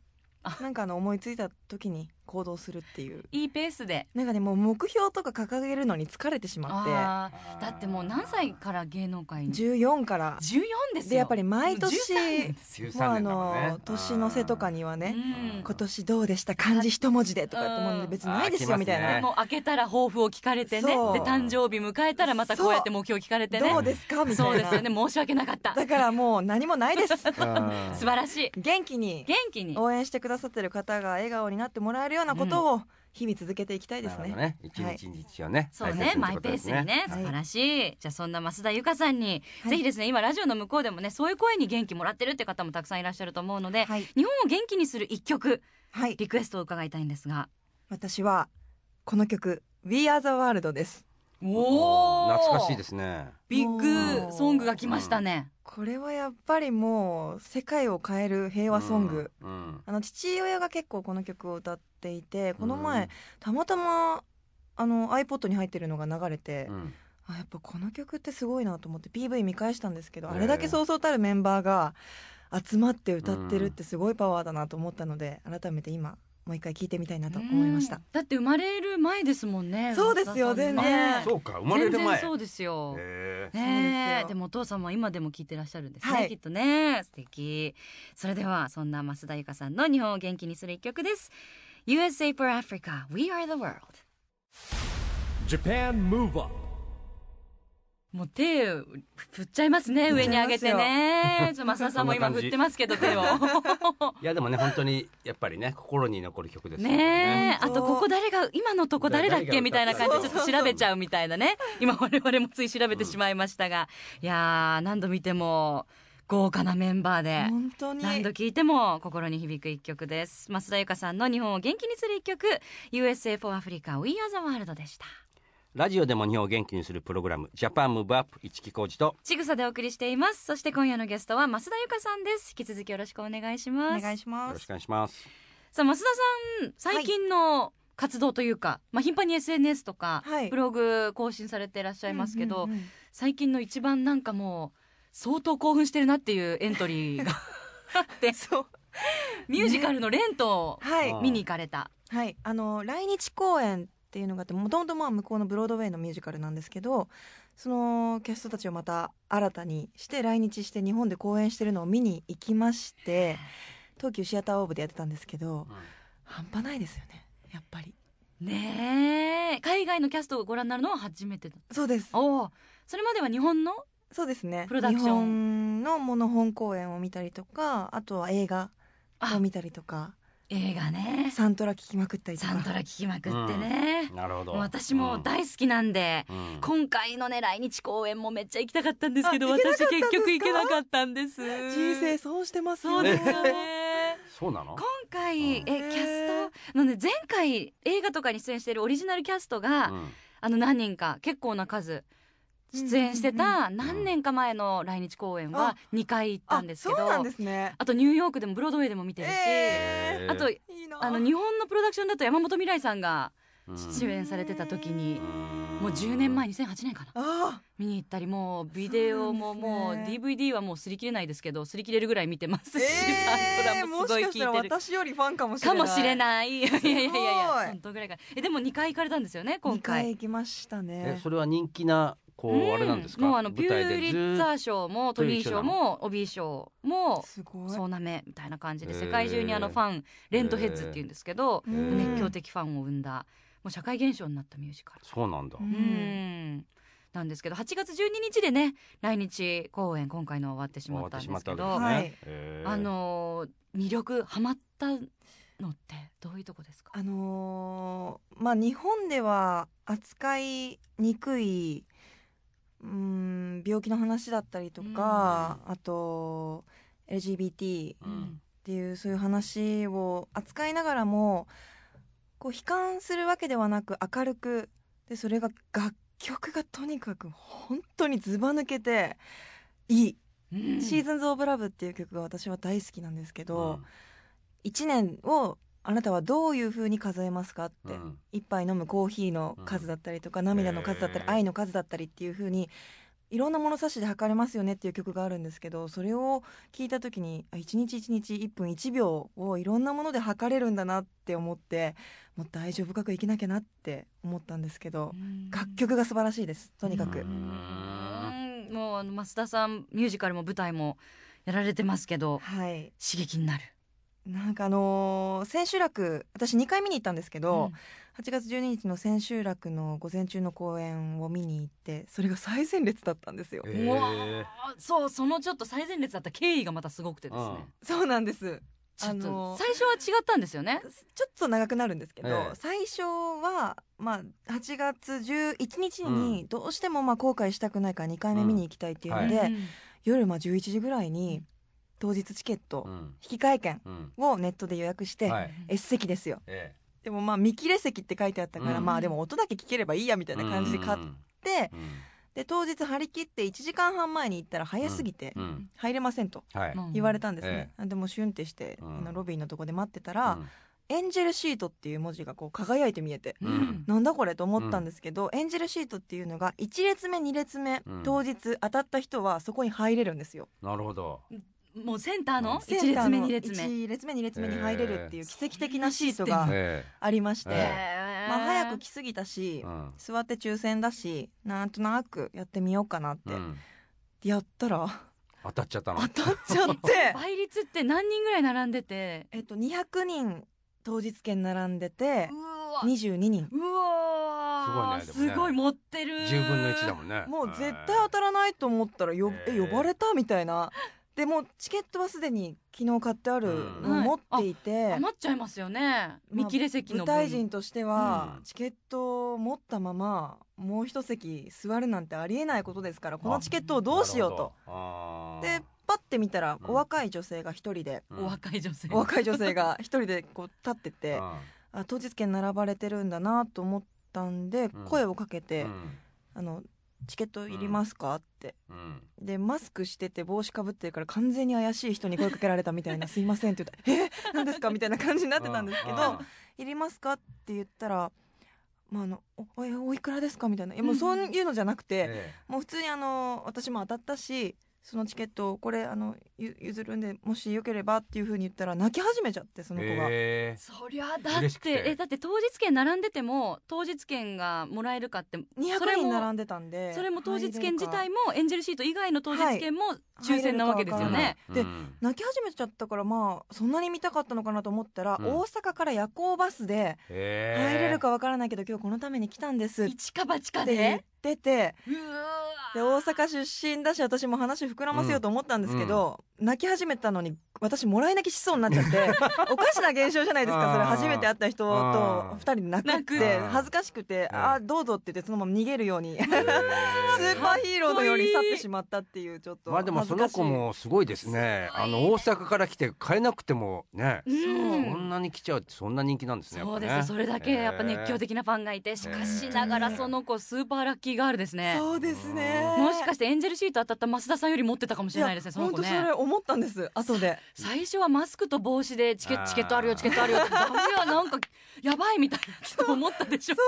Speaker 3: あ
Speaker 4: なんかあの思いついた時に行動するっていう
Speaker 3: いいペースで。
Speaker 4: なんかねもう目標とか掲げるのに疲れてしまっ
Speaker 3: ああ。だってもう何歳から芸能界
Speaker 4: て
Speaker 3: に？
Speaker 4: 14から
Speaker 3: 14ですよ。
Speaker 4: でやっぱり毎年
Speaker 3: 13年ですよ
Speaker 2: 13年
Speaker 4: もうあ
Speaker 2: だもんね
Speaker 4: の年の瀬とかには
Speaker 3: う
Speaker 4: ね
Speaker 3: ん
Speaker 4: 今年どうでした漢字一文字でとかってもう別にないです
Speaker 2: あー
Speaker 4: よみたい
Speaker 2: 来
Speaker 4: な、
Speaker 2: ま
Speaker 3: もう開けたら抱負を聞かれてね。で
Speaker 4: そう
Speaker 3: 誕生日迎えたらまたこうやって目標聞かれてね。
Speaker 4: どうですかみたいな
Speaker 3: そうですよね。申し訳なかった。
Speaker 4: だからもう何もないです
Speaker 2: うん
Speaker 3: 素晴らしい。
Speaker 4: 元気に
Speaker 3: 元気に。
Speaker 4: 応援してくださってる方が笑顔になってもらえるようなことを日々続けていきたいです
Speaker 2: なる
Speaker 4: ね,、
Speaker 2: ほどね一日一日をね、
Speaker 3: そう
Speaker 2: 大
Speaker 3: ね
Speaker 2: 切、にっ
Speaker 3: マ
Speaker 2: て
Speaker 3: イ
Speaker 2: こ
Speaker 3: ペ
Speaker 2: とで
Speaker 3: ー
Speaker 2: す
Speaker 3: スにね、
Speaker 4: はい
Speaker 3: 素晴らしい。じゃあそんな増田由香さんに、
Speaker 4: はい
Speaker 3: ぜひですね、今ラジオの向こうでもね、そういう声に元気もらってるって方もたくさんいらっしゃると思うので、
Speaker 4: はい
Speaker 3: 日本を元気にする一曲、
Speaker 4: はい
Speaker 3: リクエストを伺いたいんですが。
Speaker 4: 私はこの曲 We Are the World です
Speaker 3: おー
Speaker 2: 懐かしいですね
Speaker 3: ビッグソングが来ましたね。
Speaker 4: これはやっぱりもう世界を変える平和ソング、
Speaker 2: うんうん
Speaker 4: あの父親が結構この曲を歌っていてこの
Speaker 2: う
Speaker 4: 前
Speaker 2: ん
Speaker 4: たまたまあの iPod に入ってるのが流れて、
Speaker 2: うん
Speaker 4: あやっぱこの曲ってすごいなと思って PV 見返したんですけど、
Speaker 2: へえ
Speaker 4: あれだけそうそうたるメンバーが集まって歌ってるってすごいパワーだなと思ったので、改めて今もう一回聴いてみたいなと思いました
Speaker 3: うん。だって生まれる前ですもんね。
Speaker 4: そうですよ
Speaker 3: 増田さんね
Speaker 4: 全然
Speaker 2: そうか生まれる
Speaker 3: 全然
Speaker 2: 前
Speaker 3: そうですよ。
Speaker 2: へー
Speaker 3: ね
Speaker 4: そうです
Speaker 3: え
Speaker 4: よ
Speaker 3: でもお父様は今でも聞いてらっしゃるんですね、
Speaker 4: はい
Speaker 3: きっとね素敵それではそんな増田由香さんの日本を元気にする一曲です USA for Africa We are the world
Speaker 1: Japan Move Up
Speaker 3: もう手を振っちゃいますね上に上げてねちょっと増田さんも今
Speaker 2: そんな感じ
Speaker 3: 振ってますけど手を
Speaker 2: いやでもね本当にやっぱりね心に残る曲ですよ
Speaker 3: ねえあ
Speaker 4: 本当
Speaker 3: とここ誰が今のとこ誰だっけ
Speaker 2: 誰が歌った
Speaker 3: みたいな感じでちょっと調べちゃうみたいなね今我々もつい調べてしまいましたが、いやー何度見ても豪華なメンバーで
Speaker 4: 本当に
Speaker 3: 何度聞いても心に響く一曲です増田由香さんの日本を元気にする一曲 USA for Africa We are the world でした
Speaker 2: ラジオでも日本を元気にするプログラムジャパンムーブアップ一木工事と
Speaker 3: ちぐさでお送りしていますそして今夜のゲストは増田由香さんです引き続きよろしくお願いしま
Speaker 4: お
Speaker 3: す
Speaker 4: 願いし
Speaker 2: よ
Speaker 4: ま
Speaker 2: ろしく
Speaker 4: す
Speaker 2: お願いします
Speaker 3: さあ増田さん最近の活動というか、まあ頻繁に SNS とか、
Speaker 4: はい
Speaker 3: ブログ更新されていらっしゃいますけど、
Speaker 4: うんうんうん
Speaker 3: 最近の一番なんかもう相当興奮してるなっていうエントリーが あって
Speaker 4: そう
Speaker 3: ミュージカルの「レント」を
Speaker 4: はい
Speaker 2: あー
Speaker 3: 見に行かれた。
Speaker 4: はいあの来日公演っていうのがあってもともとまあ向こうのブロードウェイのミュージカルなんですけどそのキャストたちをまた新たにして来日して日本で公演してるのを見に行きまして東急シアターオーブでやってたんですけど半端ないですよねやっぱり
Speaker 3: ねえ海外のキャストをご覧になるのは初めてだ
Speaker 4: そうです
Speaker 3: おおそれまでは日本の
Speaker 4: そうですね
Speaker 3: プロダクション
Speaker 4: 日本のもの本公演を見たりとかあとは映画
Speaker 3: あ
Speaker 4: を見たりとか
Speaker 3: 映画ね
Speaker 4: サントラ聴きまくったりとか
Speaker 3: サントラ聴きまくってね、
Speaker 2: なるほど
Speaker 3: もう私も大好きなんで、
Speaker 2: うん
Speaker 3: 今回のね来日公演もめっちゃ行きたかったんですけど
Speaker 4: あ行けな
Speaker 3: 私
Speaker 4: かったんで
Speaker 3: 結
Speaker 4: すか
Speaker 3: 局行けなかったんです
Speaker 4: 人生損してます
Speaker 3: そ
Speaker 4: よ
Speaker 3: う
Speaker 4: ね
Speaker 3: ですよね
Speaker 2: そうなの
Speaker 3: 今回、
Speaker 2: うん
Speaker 3: えキャストのね前回映画とかに出演しているオリジナルキャストが、
Speaker 2: うん
Speaker 3: あの何人か結構な数出演してた何年か前の来日公演は2回行ったんですけど
Speaker 4: あそうなんですね
Speaker 3: あとニューヨークでもブロードウェイでも見てるし、
Speaker 4: え
Speaker 3: あと
Speaker 4: ーいいな
Speaker 3: あの日本のプロダクションだと山本未来さんが
Speaker 2: うん
Speaker 3: 主演されてた時に、も
Speaker 2: も
Speaker 3: う10年前2008年かな
Speaker 4: あ
Speaker 3: 見に行ったりもうビデオももう
Speaker 4: そうなんです
Speaker 3: DVD はもう擦り切れないですけど擦り切れるぐらい見てます
Speaker 4: ー
Speaker 3: し、 サン
Speaker 4: え
Speaker 3: ト
Speaker 4: ー
Speaker 3: ラも
Speaker 4: も
Speaker 3: すごい聞
Speaker 4: しか
Speaker 3: い
Speaker 4: したら
Speaker 3: てる。
Speaker 4: 私よりファンかもしれ
Speaker 3: か
Speaker 4: ない
Speaker 3: もしれない。い やいやいやい
Speaker 4: すごい
Speaker 3: や、本当ぐらいから。え、でも2回行かれたんですよね、今
Speaker 4: 今回
Speaker 3: 回。
Speaker 4: 行きました
Speaker 2: え
Speaker 4: ね
Speaker 2: それは人気なこう、あれなんですか
Speaker 3: もうあのピ
Speaker 2: 舞
Speaker 3: ュ
Speaker 2: 台
Speaker 3: ー
Speaker 2: で
Speaker 3: リ
Speaker 2: ず
Speaker 3: ッツァ
Speaker 2: ー
Speaker 3: ー
Speaker 2: っ
Speaker 3: 賞もトニー賞もオビー賞も
Speaker 4: すごい
Speaker 3: そうなめみたいな感じで
Speaker 2: へー
Speaker 3: 世界中にあのファンレントヘッズっていうんですけど
Speaker 4: う
Speaker 2: へ
Speaker 4: ん
Speaker 3: 熱狂的ファンを生んだもう社会現象になったミュージカル。
Speaker 2: そうなんだ、
Speaker 4: う
Speaker 3: うんんなんですけど8月12日でね来日公演今回のは終わってし
Speaker 2: 終
Speaker 3: ま
Speaker 2: わ
Speaker 3: っ
Speaker 2: ったて
Speaker 3: ん
Speaker 2: し
Speaker 3: で
Speaker 2: ますった
Speaker 3: け
Speaker 2: わけで
Speaker 3: ど、
Speaker 2: す
Speaker 4: はい
Speaker 2: ね、へー
Speaker 3: あのー魅力ハマったのってどういうとこですか
Speaker 4: あのーまあ日本では扱いにくい、うん、病気の話だったりとか、あと LGBT
Speaker 2: うん
Speaker 4: っていうそういう話を扱いながらもこう悲観するわけではなく明るくでそれが楽曲がとにかく本当にずば抜けていい「シーズンズ・オブ・ラブ」っていう曲が私は大好きなんですけど、1年をあなたはどういうふうに数えますかっ
Speaker 2: う
Speaker 4: て、
Speaker 2: ん
Speaker 4: 一杯飲むコーヒーの数だったりとか、涙の数だったり
Speaker 2: へー
Speaker 4: 愛の数だったりっていうふうにいろんな物差しで測れますよねっていう曲があるんですけどそれを聞いた時にあ一日一日1分1秒をいろんなもので測れるんだなって思ってもっと愛情深く生きなきゃなって思ったんですけど、楽曲が素晴らしいですとにかく。
Speaker 2: うん
Speaker 3: うんもうあの増田さんミュージカルも舞台もやられてますけど
Speaker 4: はい
Speaker 3: 刺激になる
Speaker 4: なんかあのー千秋楽私2回見に行ったんですけど、8月12日の千秋楽の午前中の公演を見に行ってそれが最前列だったんですよ
Speaker 2: へ
Speaker 3: うんうわー
Speaker 2: ー
Speaker 3: そうそのちょっと最前列だった経緯がまたすごくてですね
Speaker 4: そうなんです
Speaker 3: ちょっと
Speaker 4: あの
Speaker 3: 最初は違ったんですよね
Speaker 4: ちょっと長くなるんですけど、
Speaker 2: ええ
Speaker 4: 最初は、まあ、8月11日にどうしてもまあ後悔したくないから2回目見に行きたいっていうので、
Speaker 2: うん
Speaker 3: うん
Speaker 4: 夜まあ11時ぐらいに当日チケッ
Speaker 2: う
Speaker 4: ト
Speaker 2: ん
Speaker 4: 引換券
Speaker 2: うん
Speaker 4: をネットで予約して、
Speaker 2: はい
Speaker 4: S 席ですよ
Speaker 2: え
Speaker 4: でもまあ見切れ席って書いてあったから、
Speaker 2: うん
Speaker 4: まあでも音だけ聞ければいいやみた
Speaker 2: え
Speaker 4: いな感じで買っ
Speaker 2: うん
Speaker 4: て
Speaker 2: うん
Speaker 4: で当日張り切って1時間半前に行ったら早すぎて
Speaker 2: うんうん
Speaker 4: 入れませんと
Speaker 2: はい
Speaker 3: うん
Speaker 4: 言われたんです
Speaker 2: え
Speaker 4: ね、あでもシュンってして、
Speaker 2: うん
Speaker 4: あのロビーのとこで待ってたら、エンジェルシートっていう文字がこう輝いて見えて、
Speaker 2: うん
Speaker 3: うん
Speaker 4: なんだこれと思ったんですけど、エンジェルシートっていうのが1列目2列目、
Speaker 2: うん
Speaker 4: 当日当たった人はそこに入れるんですよ
Speaker 2: なるほど
Speaker 3: もうセンターの
Speaker 4: セ
Speaker 3: 一
Speaker 4: ンター
Speaker 3: 列目
Speaker 4: の
Speaker 3: 二列目
Speaker 4: 1列目2列目に入れるっていう奇跡的なシート
Speaker 3: あ
Speaker 4: が
Speaker 2: え
Speaker 4: ありまして、
Speaker 2: ええ
Speaker 4: まあ、早く
Speaker 3: 来
Speaker 4: 来すぎたし、
Speaker 2: えうん
Speaker 4: 座って抽選だしなんとなくやってみようかなっ
Speaker 2: う
Speaker 4: て、
Speaker 2: ん
Speaker 4: やったら
Speaker 2: 当たっちゃったの
Speaker 4: 当たっちゃって
Speaker 3: 倍率って何人ぐらい並んでて
Speaker 4: えっと200人当日券並んでて
Speaker 3: うわ
Speaker 4: 22人
Speaker 3: うわー
Speaker 2: すごいねでもね
Speaker 3: すごい持ってる
Speaker 2: 10分の1だもんね
Speaker 4: もう絶対当たらないと思ったらよ、
Speaker 2: え
Speaker 4: え
Speaker 2: ー
Speaker 4: 呼ばれたみたいなでもうチケットはすでに昨日買ってある
Speaker 2: うん
Speaker 4: のを持っていて、
Speaker 3: 余っちゃいますよね
Speaker 4: まあ
Speaker 3: 見切れ席の
Speaker 4: 舞
Speaker 3: 分
Speaker 4: 台人としては、
Speaker 2: うん
Speaker 4: チケットを持ったままもう一席座るなんてありえないことですからこのチケットをどうしようと。
Speaker 2: と
Speaker 4: でパッて見たら
Speaker 2: うん
Speaker 4: お若い女性が一人で、
Speaker 3: お若い女性
Speaker 4: お若い女 性が一人でこう立ってて、あ当日券並ばれてるんだなと思ったんで、
Speaker 2: ん
Speaker 4: 声をかけて、
Speaker 2: うん
Speaker 4: あの「チケットいりますか?」って
Speaker 2: うん
Speaker 4: でマスクしてて帽子かぶってるから完全に怪しい人に声かけられたみた いな「すいません」って言ったら「え何ですか?」みたいな感じになってたんですけ
Speaker 2: う
Speaker 4: ど
Speaker 2: う
Speaker 4: 「いりますか?」って言ったら「まあ、あのおえおいくらですか?」みたいな「いやもうそういうのじゃなくて、
Speaker 2: え
Speaker 4: もう普通にあの私も当たったしそのチケットをこれあのゆ譲るんでもしよければっていうふうに言ったら泣き始めちゃってそ
Speaker 2: え
Speaker 4: の子が。
Speaker 2: え
Speaker 3: そりゃだっ
Speaker 2: 嬉
Speaker 3: て
Speaker 2: しくて
Speaker 3: えだって当日券並んでても当日券がもらえるかって
Speaker 4: 200
Speaker 3: それ
Speaker 4: 人
Speaker 3: も
Speaker 4: 並んでたんで
Speaker 3: それも当日券自体
Speaker 4: も
Speaker 3: もエンジェルシート以外の当日券も抽選なわけですよね。
Speaker 4: で
Speaker 2: うん
Speaker 4: 泣き始めちゃったからまあそんなに見たかったのかなと思ったら、
Speaker 2: うん
Speaker 4: 大阪から夜行バスで
Speaker 2: ええ
Speaker 4: 入れるかわからないけど今日このために来たんですって
Speaker 3: 一か八か
Speaker 4: 言っ
Speaker 3: で
Speaker 4: てて
Speaker 3: うわー
Speaker 4: で大阪出身だし私も話膨らませようと思ったんですけど、泣き始めたのに私もらい泣きしそうになっちゃって おかしな現象じゃないです
Speaker 2: あー
Speaker 4: かそれ初めて会った人
Speaker 2: あ
Speaker 4: と
Speaker 2: ー
Speaker 4: 二人で泣くっ
Speaker 3: 泣く
Speaker 4: て恥ずかしくて
Speaker 2: あー
Speaker 4: あーどうぞって言ってそのまま逃げるようにス
Speaker 2: え
Speaker 4: ーパーヒーローのように去ってしまったっていうちょっと
Speaker 2: まあでもその子もすごいですね。あの大阪から来て買えなくてもね、
Speaker 3: う
Speaker 2: そ
Speaker 3: ん
Speaker 2: んなに来ちゃうってそんな人気なんですね。
Speaker 3: そうで
Speaker 2: やっぱ
Speaker 3: す
Speaker 2: ね
Speaker 3: それだけやっぱ熱狂。的なファンがいてしかしながらその子スーパーラッキーガールです
Speaker 4: 恥ずかしい
Speaker 3: ね
Speaker 4: そうですね
Speaker 3: もしか
Speaker 4: し
Speaker 3: してエンジェルシート当たった増田さんより持ってたかもしれないですねその
Speaker 4: 本
Speaker 3: 子
Speaker 4: 当そ
Speaker 3: ね
Speaker 4: れ思ったんです後で
Speaker 3: 最初はマスクと帽子でチケ
Speaker 2: あー
Speaker 3: チケットあるよチケットあるよってダメはなんかやばいみたいなきっと思ったでしょう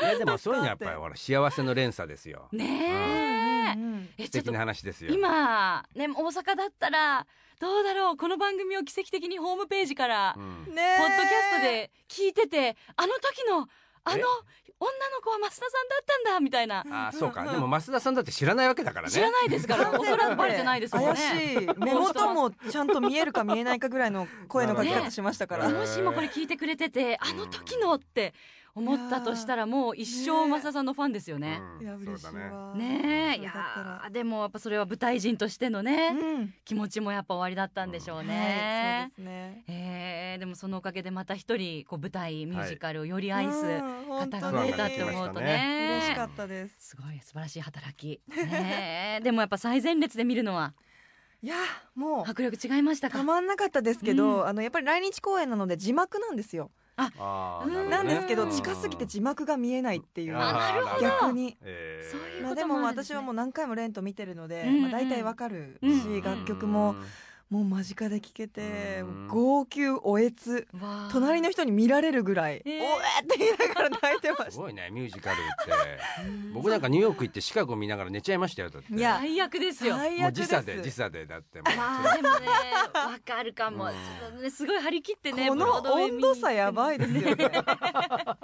Speaker 2: えーいやでもそういうのはやっぱりほら幸せの連鎖ですよ。
Speaker 3: けど
Speaker 4: う
Speaker 3: ね
Speaker 4: んうんうん
Speaker 3: ええ
Speaker 2: 素
Speaker 3: ちょっ
Speaker 2: 敵
Speaker 3: と
Speaker 2: な話ですよ。
Speaker 3: 今ね大阪だったらどうだろうこの番組を奇跡的にホームページから
Speaker 2: うん
Speaker 4: ねえ
Speaker 3: ポッドキャストで聞いててあの時のあの女の子は増田さんだったんだみたいな
Speaker 2: あーそうか。でも増田さんだって知らないわけだからね。
Speaker 3: 知らないです からおそらくバレてないですもん
Speaker 4: 怪
Speaker 3: ね
Speaker 4: しい目元もちゃんと見えるか見えないかぐらいの声のかけ方しましたから、
Speaker 2: ね
Speaker 3: もし今これ聞いてくれててあの時のって思ったとしたらもう一生増田さんのファンですよね。
Speaker 2: うん
Speaker 4: いや嬉しい
Speaker 2: そうだね。
Speaker 4: わ
Speaker 3: ねえい
Speaker 4: そうだったら
Speaker 3: やーでもやっぱそれは舞台人としてのね
Speaker 4: うん
Speaker 3: 気持ちもやっぱ終わりだったんでしょう
Speaker 4: はい
Speaker 3: ね
Speaker 4: そう。ですね
Speaker 3: えーでもそのおかげでまた一人こう舞台ミュージカルをより愛す
Speaker 4: うん本
Speaker 3: 方
Speaker 4: 当
Speaker 3: が
Speaker 4: に
Speaker 3: 増えたって思うとね
Speaker 4: 嬉しかったです
Speaker 3: すごい素晴らしい働き、ねえでもやっぱ最前列で見るのはい
Speaker 4: やもう
Speaker 3: 迫力違いましたか
Speaker 4: たまんなかったですけど、
Speaker 3: う
Speaker 4: あのやっぱり来日公演なので字幕なんですよ
Speaker 2: あー
Speaker 3: うん
Speaker 2: るほね
Speaker 4: なんですけ
Speaker 3: う
Speaker 4: ど
Speaker 3: ん
Speaker 4: 近すぎて字幕が見えないっていう
Speaker 2: あー
Speaker 3: なるほど
Speaker 4: 逆に
Speaker 2: えー
Speaker 3: そういうこ
Speaker 4: まあ、
Speaker 3: と
Speaker 4: で
Speaker 3: も
Speaker 4: も
Speaker 3: あるんです
Speaker 4: 私
Speaker 3: ね
Speaker 4: はもう何回もレント見てるので、
Speaker 3: うんうん
Speaker 4: まあ、大体わかるし、
Speaker 3: うんうん
Speaker 4: 楽曲ももう間近で聴けて、
Speaker 2: うん
Speaker 4: 号泣おえつ
Speaker 3: わあ
Speaker 4: 隣の人に見られるぐらい、
Speaker 3: えー
Speaker 4: おえって言いながら泣いてまし
Speaker 2: す
Speaker 4: た
Speaker 2: ごいねミュージカルって僕なんかニューヨーク行ってシカゴ見ながら寝ちゃいましたよだって
Speaker 4: いや
Speaker 3: 最悪ですよ
Speaker 4: 最
Speaker 2: もう
Speaker 4: 悪で
Speaker 2: 時
Speaker 4: す
Speaker 2: 差で時差でだってもう
Speaker 3: まあで もねわかるかも、
Speaker 2: うん
Speaker 3: ちょっとねすごい張り切ってね
Speaker 4: この温度差やばいです よね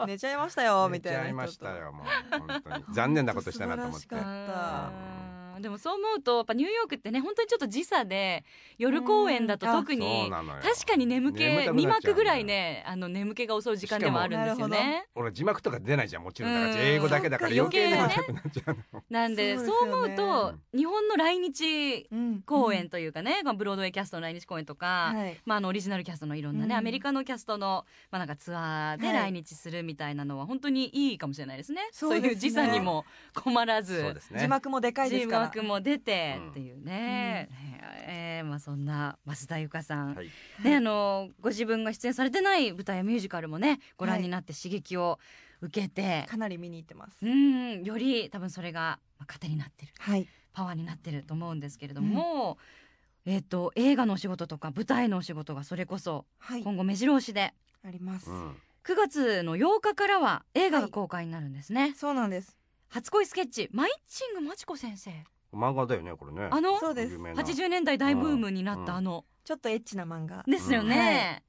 Speaker 4: 寝ちゃいまし たよみ
Speaker 2: 寝ち
Speaker 4: たいな
Speaker 2: ゃいましたよもう本当に残念なことしたなと思って
Speaker 4: 素晴らしかった
Speaker 3: うんでもそう思うとやっぱニューヨークってね本当にちょっと時差で夜公演だと
Speaker 4: うん
Speaker 3: 特
Speaker 2: そう
Speaker 3: に
Speaker 2: なのよ
Speaker 3: 確かに眠気
Speaker 2: 眠たくなっちゃう
Speaker 3: 2幕ぐらいねあの眠気が襲う時間でもあるんですよ
Speaker 4: しかも
Speaker 3: ね。
Speaker 2: 俺字幕とか出ないじゃんもちろんだか
Speaker 3: うん
Speaker 2: ら英語だけだから
Speaker 3: そっ
Speaker 2: 余計
Speaker 3: か余計
Speaker 2: 眠
Speaker 3: ね
Speaker 2: たくなっちゃうの
Speaker 3: なんでそう
Speaker 4: そ
Speaker 3: う
Speaker 4: ですよね
Speaker 3: 思うと日本の来日
Speaker 4: うん
Speaker 3: 公演というかね、まあブロードウェイキャストの来日公演とか、
Speaker 4: はい
Speaker 3: まあ、あのオリジナルキャストのいろんなね、
Speaker 4: うん
Speaker 3: アメリカのキャストの、まあ、なんかツアーで
Speaker 4: は
Speaker 3: 来
Speaker 4: い
Speaker 3: 日するみたいなのは本当にいいかもしれないですね、
Speaker 4: そうですね
Speaker 3: いう時差にも困らず。
Speaker 2: そうですね
Speaker 4: 字幕もでかいで
Speaker 3: 字
Speaker 4: すから
Speaker 3: 幕も出て
Speaker 2: うん
Speaker 3: っていうね、えーまあ、そんな増田由香さん、
Speaker 2: はい
Speaker 3: ね、あのご自分が出演されてない舞台やミュージカルもねご覧になって刺激を受けて、
Speaker 4: かなり見に行ってます
Speaker 3: うんより多分それがまあ糧になってる
Speaker 4: はい
Speaker 3: パワーになってると思うんですけれども、えっ、と映画のお仕事とか舞台のお仕事がそれこそ
Speaker 4: はい
Speaker 3: 今後目白押しで
Speaker 4: あります
Speaker 2: うん
Speaker 3: 9月の8日からは映画が公開になるんですね、
Speaker 4: そうなんです
Speaker 3: 初恋スケッチマイチングマチコ先生
Speaker 2: 漫画だよねこれね
Speaker 3: あの
Speaker 4: そうです
Speaker 2: 有名な
Speaker 3: 80年代大ブームになったあの、
Speaker 4: ちょっとエッチな漫画
Speaker 3: ですよね、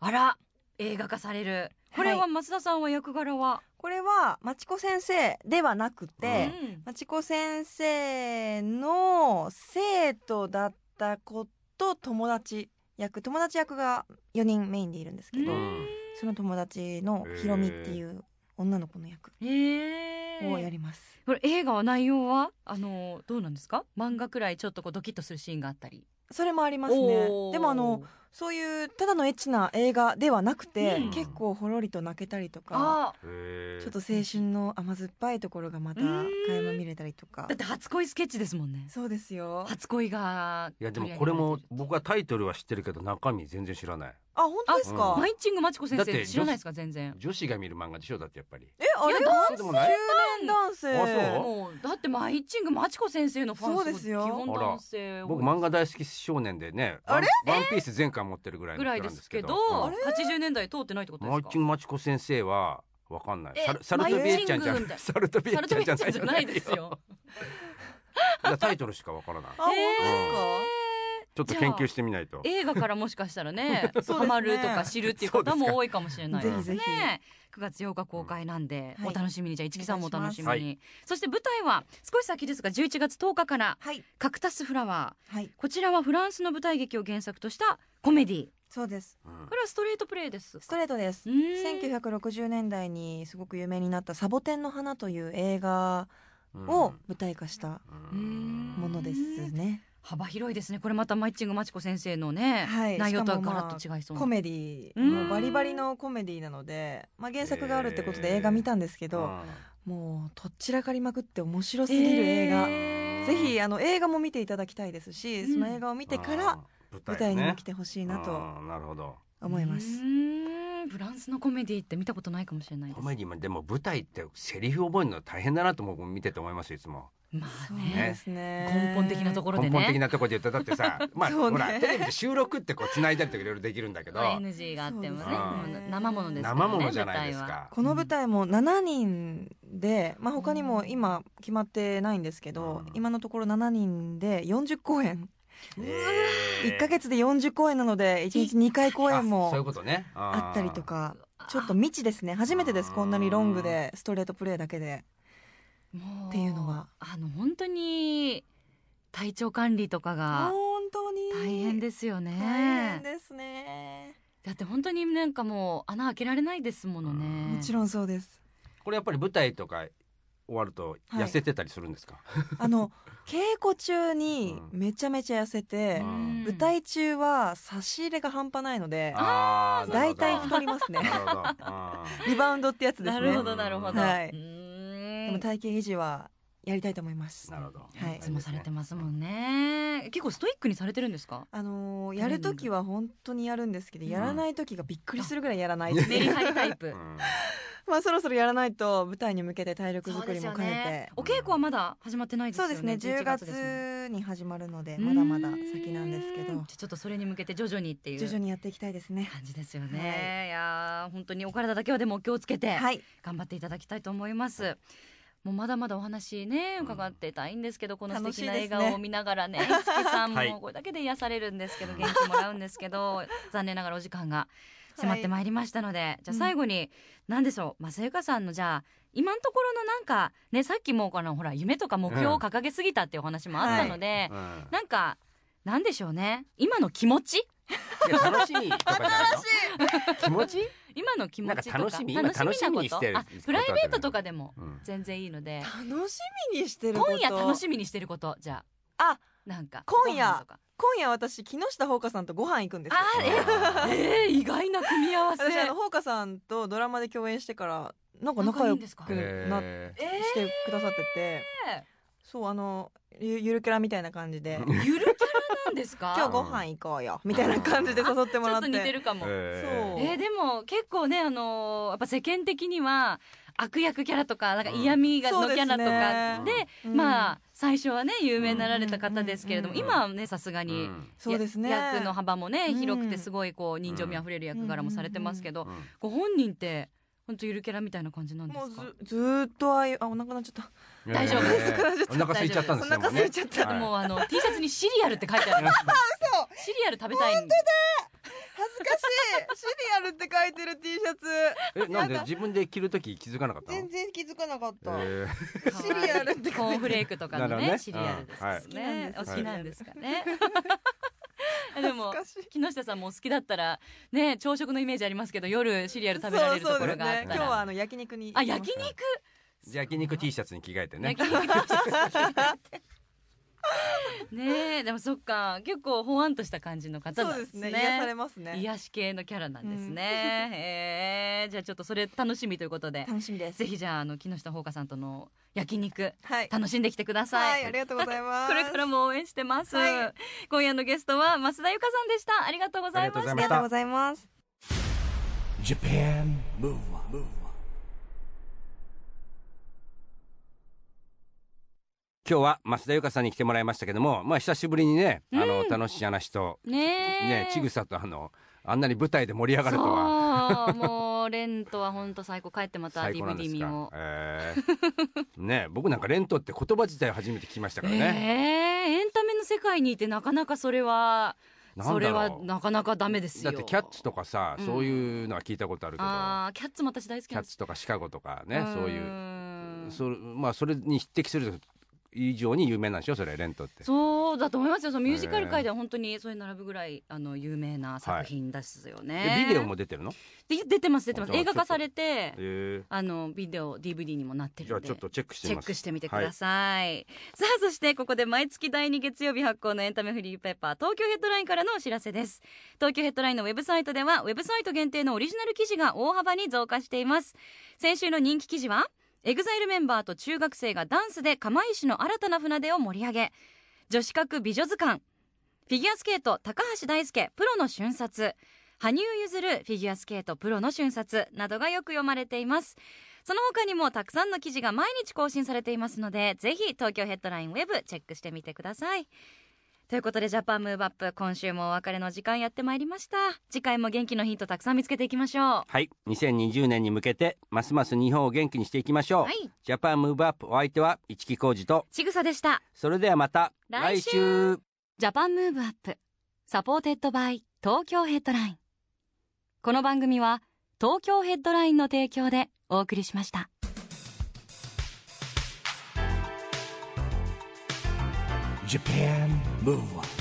Speaker 3: あら映画化されるこれは増田さんは役柄は、
Speaker 4: これはまちこ先生ではなく
Speaker 2: は
Speaker 4: て
Speaker 2: い
Speaker 3: うん
Speaker 4: まちこ先生の生徒だった子と友達役友達役が4人メインでいるんですけど、
Speaker 2: うん
Speaker 4: その友達のひろみっていう女の子の役
Speaker 3: え
Speaker 4: をや
Speaker 3: ー、
Speaker 4: ります、
Speaker 3: これ映画は内容はあのどうなんですか漫画くらいちょっとこうドキッとするシーンがあったり
Speaker 4: それもあります
Speaker 3: お
Speaker 4: ね
Speaker 3: ー
Speaker 4: でもあのそういうただのエッチな映画ではなくて、
Speaker 3: うん
Speaker 4: 結構ほろりと泣けたりと
Speaker 3: あ
Speaker 4: か
Speaker 2: へー
Speaker 4: ちょっと青春の甘酸っぱいところがまた
Speaker 3: うん
Speaker 4: 垣間見れたりとか
Speaker 3: だって初恋スケッチですもんね
Speaker 4: そうですよ
Speaker 3: 初恋が
Speaker 2: いやでもこれも僕はタイトルは知ってるけど中身全然知らない
Speaker 4: あ本当です
Speaker 2: あ
Speaker 4: か、
Speaker 2: うん
Speaker 3: マイチングマチコ先
Speaker 2: だっ
Speaker 3: 生
Speaker 2: て
Speaker 3: 知らないですか全然
Speaker 2: 女子が見る漫画でしょだってやっぱり
Speaker 4: えあれ
Speaker 3: いや
Speaker 4: は
Speaker 2: そうでもない
Speaker 4: 中年男性
Speaker 2: あそう
Speaker 3: もうだってマイチングマチコ先生のファン
Speaker 4: そうですよ
Speaker 3: 基本男性
Speaker 2: 僕漫画大好き少年でね
Speaker 4: あれ
Speaker 2: ワンワンピース全巻持ってるぐらいの
Speaker 3: ぐ
Speaker 2: 人
Speaker 3: ら
Speaker 2: ないん
Speaker 3: で
Speaker 2: ですす
Speaker 3: け
Speaker 2: け
Speaker 3: ど
Speaker 2: ど
Speaker 3: 80年代通ってないってこと
Speaker 2: うん
Speaker 3: で
Speaker 2: マ
Speaker 3: す
Speaker 2: イ
Speaker 3: か
Speaker 2: チングマチコ先生はわかんない
Speaker 3: え
Speaker 2: サルサルトビエちゃんじゃ
Speaker 3: マイチングみた
Speaker 2: ないいサルトビエ
Speaker 3: サルトビ
Speaker 2: ち
Speaker 3: エ
Speaker 2: ゃ
Speaker 3: ちゃん
Speaker 2: ん
Speaker 3: じ
Speaker 2: じ
Speaker 3: ゃ
Speaker 2: ゃ
Speaker 3: な
Speaker 2: ないい
Speaker 3: ですよ
Speaker 2: いやタイトルしかわからない
Speaker 4: あ本
Speaker 2: ちょっと研究してみないと
Speaker 3: 映画からもしかしたら ね
Speaker 4: すね
Speaker 3: ハマるとか知るっていう方も多いかもしれないですね
Speaker 4: ぜひぜ
Speaker 3: 9月8日公開なんで、
Speaker 4: うんはい
Speaker 3: お楽しみにじゃあ市木さんもお楽しみに、
Speaker 2: お願いし
Speaker 3: そして舞台は少し先ですが11月10日から
Speaker 4: はい
Speaker 3: 「カクタスフラワー」
Speaker 4: はい
Speaker 3: こちらはフランスの舞台劇を原作としたコメディ
Speaker 4: そうです
Speaker 2: うん
Speaker 3: これはストレートプレイです
Speaker 4: ストレートです
Speaker 3: うーん
Speaker 4: 1960年代にすごく有名になった「サボテンの花」という映画を舞台化した
Speaker 2: う
Speaker 3: う
Speaker 2: ん
Speaker 3: ん
Speaker 4: ものですね
Speaker 3: 幅広いですねこれまたマイチングマチコ先生のね、
Speaker 4: はい
Speaker 3: 内容とは
Speaker 4: しか
Speaker 3: ガ
Speaker 4: もまあ
Speaker 3: ラッと違いそうな
Speaker 4: コメディ
Speaker 3: うん
Speaker 4: バリバリのコメディなので、まあ、原作があるってことで映画見たんですけ
Speaker 2: う
Speaker 4: ど、
Speaker 2: ん
Speaker 4: もうとっちらかりまくって面白すぎる映画、
Speaker 3: えー
Speaker 4: ぜひあの映画も見ていただきたいですし、
Speaker 3: うん
Speaker 4: その映画を見てから
Speaker 2: うん
Speaker 4: 舞台にも来
Speaker 2: ね
Speaker 4: てほしいなと
Speaker 2: うんなるほど
Speaker 4: 思います
Speaker 3: う。ーんフランスのコメディって見たことないかもしれないで
Speaker 2: コ
Speaker 3: す
Speaker 2: メディもでも舞台ってセリフ覚えるの大変だなと僕も見てて思いますよいつも
Speaker 3: まあ
Speaker 4: そう
Speaker 3: ね
Speaker 4: です
Speaker 3: 根
Speaker 4: ね
Speaker 3: 本的なところで
Speaker 2: 根本的
Speaker 3: ね
Speaker 2: なとこで言ったらだって さまあ、
Speaker 4: そうね
Speaker 2: ほらテレビで収録ってこう繋いだりとかいろいろできるんだけど
Speaker 3: NG があってもね
Speaker 2: そうです
Speaker 4: ね
Speaker 3: うん生ものですからね
Speaker 2: 生ものじゃないですか
Speaker 4: この舞台も7人で、まあ、他にも今決まってないんですけど、
Speaker 2: うん
Speaker 4: 今のところ7人で40公演、
Speaker 2: えー
Speaker 4: 1ヶ月で40公演なので1日2回公演
Speaker 2: あそういう
Speaker 4: も
Speaker 2: ことね
Speaker 4: あったりと
Speaker 3: 舞
Speaker 4: か
Speaker 3: 台は
Speaker 4: ちょっと未知ですね初めてですこんなにロングでストレートプレーだけで
Speaker 3: も
Speaker 4: っていうのは
Speaker 3: あの本当に体調管理とかが
Speaker 4: 本当に
Speaker 3: 大変ですよ
Speaker 4: 大
Speaker 3: ね
Speaker 4: 変ですね
Speaker 3: だって本当になんかもう穴開けられないですものね
Speaker 2: うん
Speaker 4: もちろんそうです
Speaker 2: これやっぱり舞台とか終わると痩せてたりするんですか、
Speaker 4: あの稽古中に
Speaker 2: う
Speaker 4: めちゃめちゃ痩せて
Speaker 2: う、ん
Speaker 4: 舞台中は差し入れが半端ないので
Speaker 2: ああー
Speaker 4: 大体
Speaker 2: なるほ
Speaker 4: 太ります
Speaker 2: ど
Speaker 4: ね
Speaker 2: なるほどあ
Speaker 4: リバウンドってやつです
Speaker 3: な
Speaker 4: ね
Speaker 3: るほどなるほど、
Speaker 4: はいう
Speaker 3: ーん
Speaker 4: でも体型維持はやりたいと思います
Speaker 2: ー なるほど、
Speaker 4: はい
Speaker 3: いつもされてますもんね結構ストイックにされてるんです か
Speaker 4: あのーやる時は本当にやるんですけど、
Speaker 3: うん
Speaker 4: やらない時がびっくりするぐらいやらない、
Speaker 3: メリハリタイプ
Speaker 2: うん
Speaker 4: まあそろそろやらないと舞台に向けて体力作りも兼ね
Speaker 3: お稽古はまだ始まってないで
Speaker 4: て
Speaker 3: すよ
Speaker 4: そう
Speaker 3: ね
Speaker 4: ですね10
Speaker 3: 11ですもん
Speaker 4: 月に始まるのでまだまだ先なんですけ
Speaker 3: うー
Speaker 4: ど
Speaker 3: じゃあちょっとそれに向けて徐々にっていう
Speaker 4: 徐々にやっていきたいですね
Speaker 3: 感じですよね、い、やー本当にお体だけはでもお気をつけて
Speaker 4: はい
Speaker 3: 頑張っていただきたいと思います、もうまだまだお話ね伺ってたいんですけど、この素敵な
Speaker 4: 楽し
Speaker 3: 笑
Speaker 4: いですね
Speaker 3: 顔を見なが らね五木さん
Speaker 2: はい
Speaker 3: もこれだけで癒されるんですけど、元気もらうんですけど 残念ながらお時間が迫ってまいりましたので、じゃあ最後に、何でしょうまあゆかさんのじゃあ今のところのなんかねさっきもこのほら夢とか目標を掲げすぎたっていうお話もあったので、
Speaker 2: うん
Speaker 3: なんかなんでしょうね今の気持ち
Speaker 2: いや楽しみとかじゃないの気持ち、
Speaker 3: 今の気持ちとか
Speaker 2: なんか楽しみ今楽しみにしてる
Speaker 3: あプライベートとかでも
Speaker 2: うん
Speaker 3: 全然いいので
Speaker 4: 楽しみにしてること
Speaker 3: 今夜楽しみにしてることじゃあ
Speaker 4: あ
Speaker 3: なんか
Speaker 4: 今夜
Speaker 3: ご飯とか
Speaker 4: 今夜私木下ほうかさんとご飯行くんですよ
Speaker 3: あえー、意外な組み合わせ
Speaker 4: 私あのほうかさんとドラマで共演してからなんか仲良く
Speaker 3: 仲いいん
Speaker 2: えー
Speaker 4: なしてくださってて、そうあのゆゆるキャラみたいな感じで
Speaker 2: うん
Speaker 3: ゆるキャラなんですか
Speaker 4: 今日ご飯行こうよみたいな感じで誘っても
Speaker 3: ちょ
Speaker 4: らっ
Speaker 3: ってと似てるかも、
Speaker 2: え
Speaker 4: そう
Speaker 3: えーでも結構ねあのーやっぱ世間的には悪役キャラとかなんか嫌味が
Speaker 4: うん
Speaker 3: のキャラとか
Speaker 2: そう
Speaker 3: で
Speaker 2: ですね
Speaker 4: うん
Speaker 3: まあ最初はね有名になられた方ですけれども、
Speaker 4: うん
Speaker 3: 今はねさすが
Speaker 2: う
Speaker 3: に、
Speaker 2: ん
Speaker 4: そうですね
Speaker 3: や役の幅もね
Speaker 4: うん
Speaker 3: 広くてすごいこう人情味あふれる役柄もされてますけど、
Speaker 2: うん
Speaker 3: ご本人って本当ゆるキャラみたいな感じなんで
Speaker 4: も
Speaker 3: す
Speaker 4: う
Speaker 3: か
Speaker 4: ずずーっとああいうあお腹なっちゃっ
Speaker 3: 大丈夫
Speaker 2: えーお腹空いちゃったん
Speaker 4: たお
Speaker 2: ですね
Speaker 4: 腹空いちゃった、
Speaker 2: もうね
Speaker 3: もうあの T シャツにシリアルって書いてあるシリアル食べたいん
Speaker 4: 恥ずかしいシリアルって書いてる T シャツ
Speaker 2: えなんで自分で着るとき気づかなかったの
Speaker 4: 全然気づかなかった、
Speaker 2: え
Speaker 4: シリアルって
Speaker 3: コーンフレークとかの
Speaker 2: なるほ
Speaker 3: ね
Speaker 2: どね
Speaker 3: シリアルです
Speaker 2: はい
Speaker 3: ね、
Speaker 4: 好
Speaker 3: お好
Speaker 2: き
Speaker 3: き
Speaker 4: な
Speaker 3: なんん
Speaker 4: で
Speaker 3: ですかね でも
Speaker 4: 恥ずかしい
Speaker 3: 木下さんもお好きだったらね朝食のイメージありますけど夜シリアル食べられると
Speaker 4: そう
Speaker 3: こ
Speaker 4: そう
Speaker 3: ろ
Speaker 4: で
Speaker 3: が
Speaker 4: す
Speaker 3: あった
Speaker 4: ね
Speaker 3: ら、
Speaker 4: 今日はあの焼肉に
Speaker 3: あ焼肉
Speaker 2: ー、焼肉 T シャツに着替えてね
Speaker 3: 焼肉 ねえでもそっか結構ほわんとした感じの方
Speaker 4: そ
Speaker 3: な
Speaker 4: うんで
Speaker 3: ですす
Speaker 4: ね
Speaker 3: ね
Speaker 4: 癒されますね
Speaker 3: 癒し系のキャラなんですね、へえじゃあちょっとそれ楽しみということで
Speaker 4: 楽しみです
Speaker 3: ぜひじゃああの木下ほうかさんとの焼肉
Speaker 4: はい
Speaker 3: 楽しんできてください、
Speaker 4: はいありがとうございます
Speaker 3: これからも応援してます、
Speaker 4: は
Speaker 3: 今夜のゲストは増田由香さんでしたありがとうございまし
Speaker 2: あ
Speaker 3: た
Speaker 4: あ
Speaker 2: り
Speaker 4: り
Speaker 2: が
Speaker 4: が
Speaker 2: とう
Speaker 4: とう
Speaker 2: ご
Speaker 4: ございます
Speaker 1: Japan Move Up, Move Up.
Speaker 2: 今日は増田由香さんに来てもらいましたけどもまあ久しぶりにねあの、
Speaker 3: うん
Speaker 2: 楽しい話と
Speaker 3: ねえ
Speaker 2: ねちぐさとあのあんなに舞台で盛り上がるとは
Speaker 3: そうもうレントは本当最高帰ってまた
Speaker 2: 最高なんで
Speaker 3: DVD
Speaker 2: す
Speaker 3: 見
Speaker 2: か
Speaker 3: よ、う
Speaker 2: えーね僕なんかレントって言葉自体初めて聞きましたからね、
Speaker 3: ええエンタメの世界にいてなかなかそれは
Speaker 2: なんだろう
Speaker 3: それはなかなかダメです
Speaker 2: だ
Speaker 3: よ
Speaker 2: ってキャッツとかさ、
Speaker 3: うん
Speaker 2: そういうのは聞いたことあるけど
Speaker 3: あーキャッツも私大好き
Speaker 2: キ
Speaker 3: な
Speaker 2: ャ
Speaker 3: ん
Speaker 2: ッ
Speaker 3: です
Speaker 2: ツとかシカゴとかねそういう
Speaker 3: ーん
Speaker 2: それまあそれに匹敵する以上に有名なんでしょそれレントって。
Speaker 3: そうそうだと思いますよそのミュージカル界では本当にそれに並ぶぐらいあの有名な作品ですよね、
Speaker 2: えビデオも出てるの
Speaker 3: で出てます出てます
Speaker 2: あじゃあ
Speaker 3: 映画化されて
Speaker 2: え
Speaker 3: あのビデオ DVD にもなって
Speaker 2: じゃ
Speaker 3: る
Speaker 2: あ
Speaker 3: ん
Speaker 2: ちょ
Speaker 3: で
Speaker 2: っとチェックしてみ
Speaker 3: チェ
Speaker 2: ま
Speaker 3: ッ
Speaker 2: す
Speaker 3: クしてみてください、さあそしてここで毎月第2月曜日発行のエンタメフリーペーパー東京ヘッドラインからのお知らせです東京ヘッドラインのウェブサイトではウェブサイト限定のオリジナル記事が大幅に増加しています先週の人気記事はエグザイルメンバーと中学生がダンスで釜石の新たな船出を盛り上げ女子格美女図鑑フィギュアスケート高橋大輔プロの瞬殺羽生結弦フィギュアスケートプロの瞬殺などがよく読まれていますその他にもたくさんの記事が毎日更新されていますのでぜひ東京ヘッドラインウェブチェックしてみてくださいということでジャパンムーブアップ今週もお別れの時間やってまいりました次回も元気のヒントたくさん見つけていきましょ
Speaker 2: はい2020年に向けてますます日本を元気にしていきまし
Speaker 3: う
Speaker 2: ょう、
Speaker 3: はい
Speaker 2: ジャパンムーブアップお相手は市木浩二と
Speaker 3: ちぐさでした
Speaker 2: それではまた
Speaker 3: 来
Speaker 2: 来
Speaker 3: 週
Speaker 2: 週
Speaker 3: ジャパンムーブアップサポーテッドバイ東京ヘッドラインこの番組は東京ヘッドラインの提供でお送りしました
Speaker 1: Japan Move Up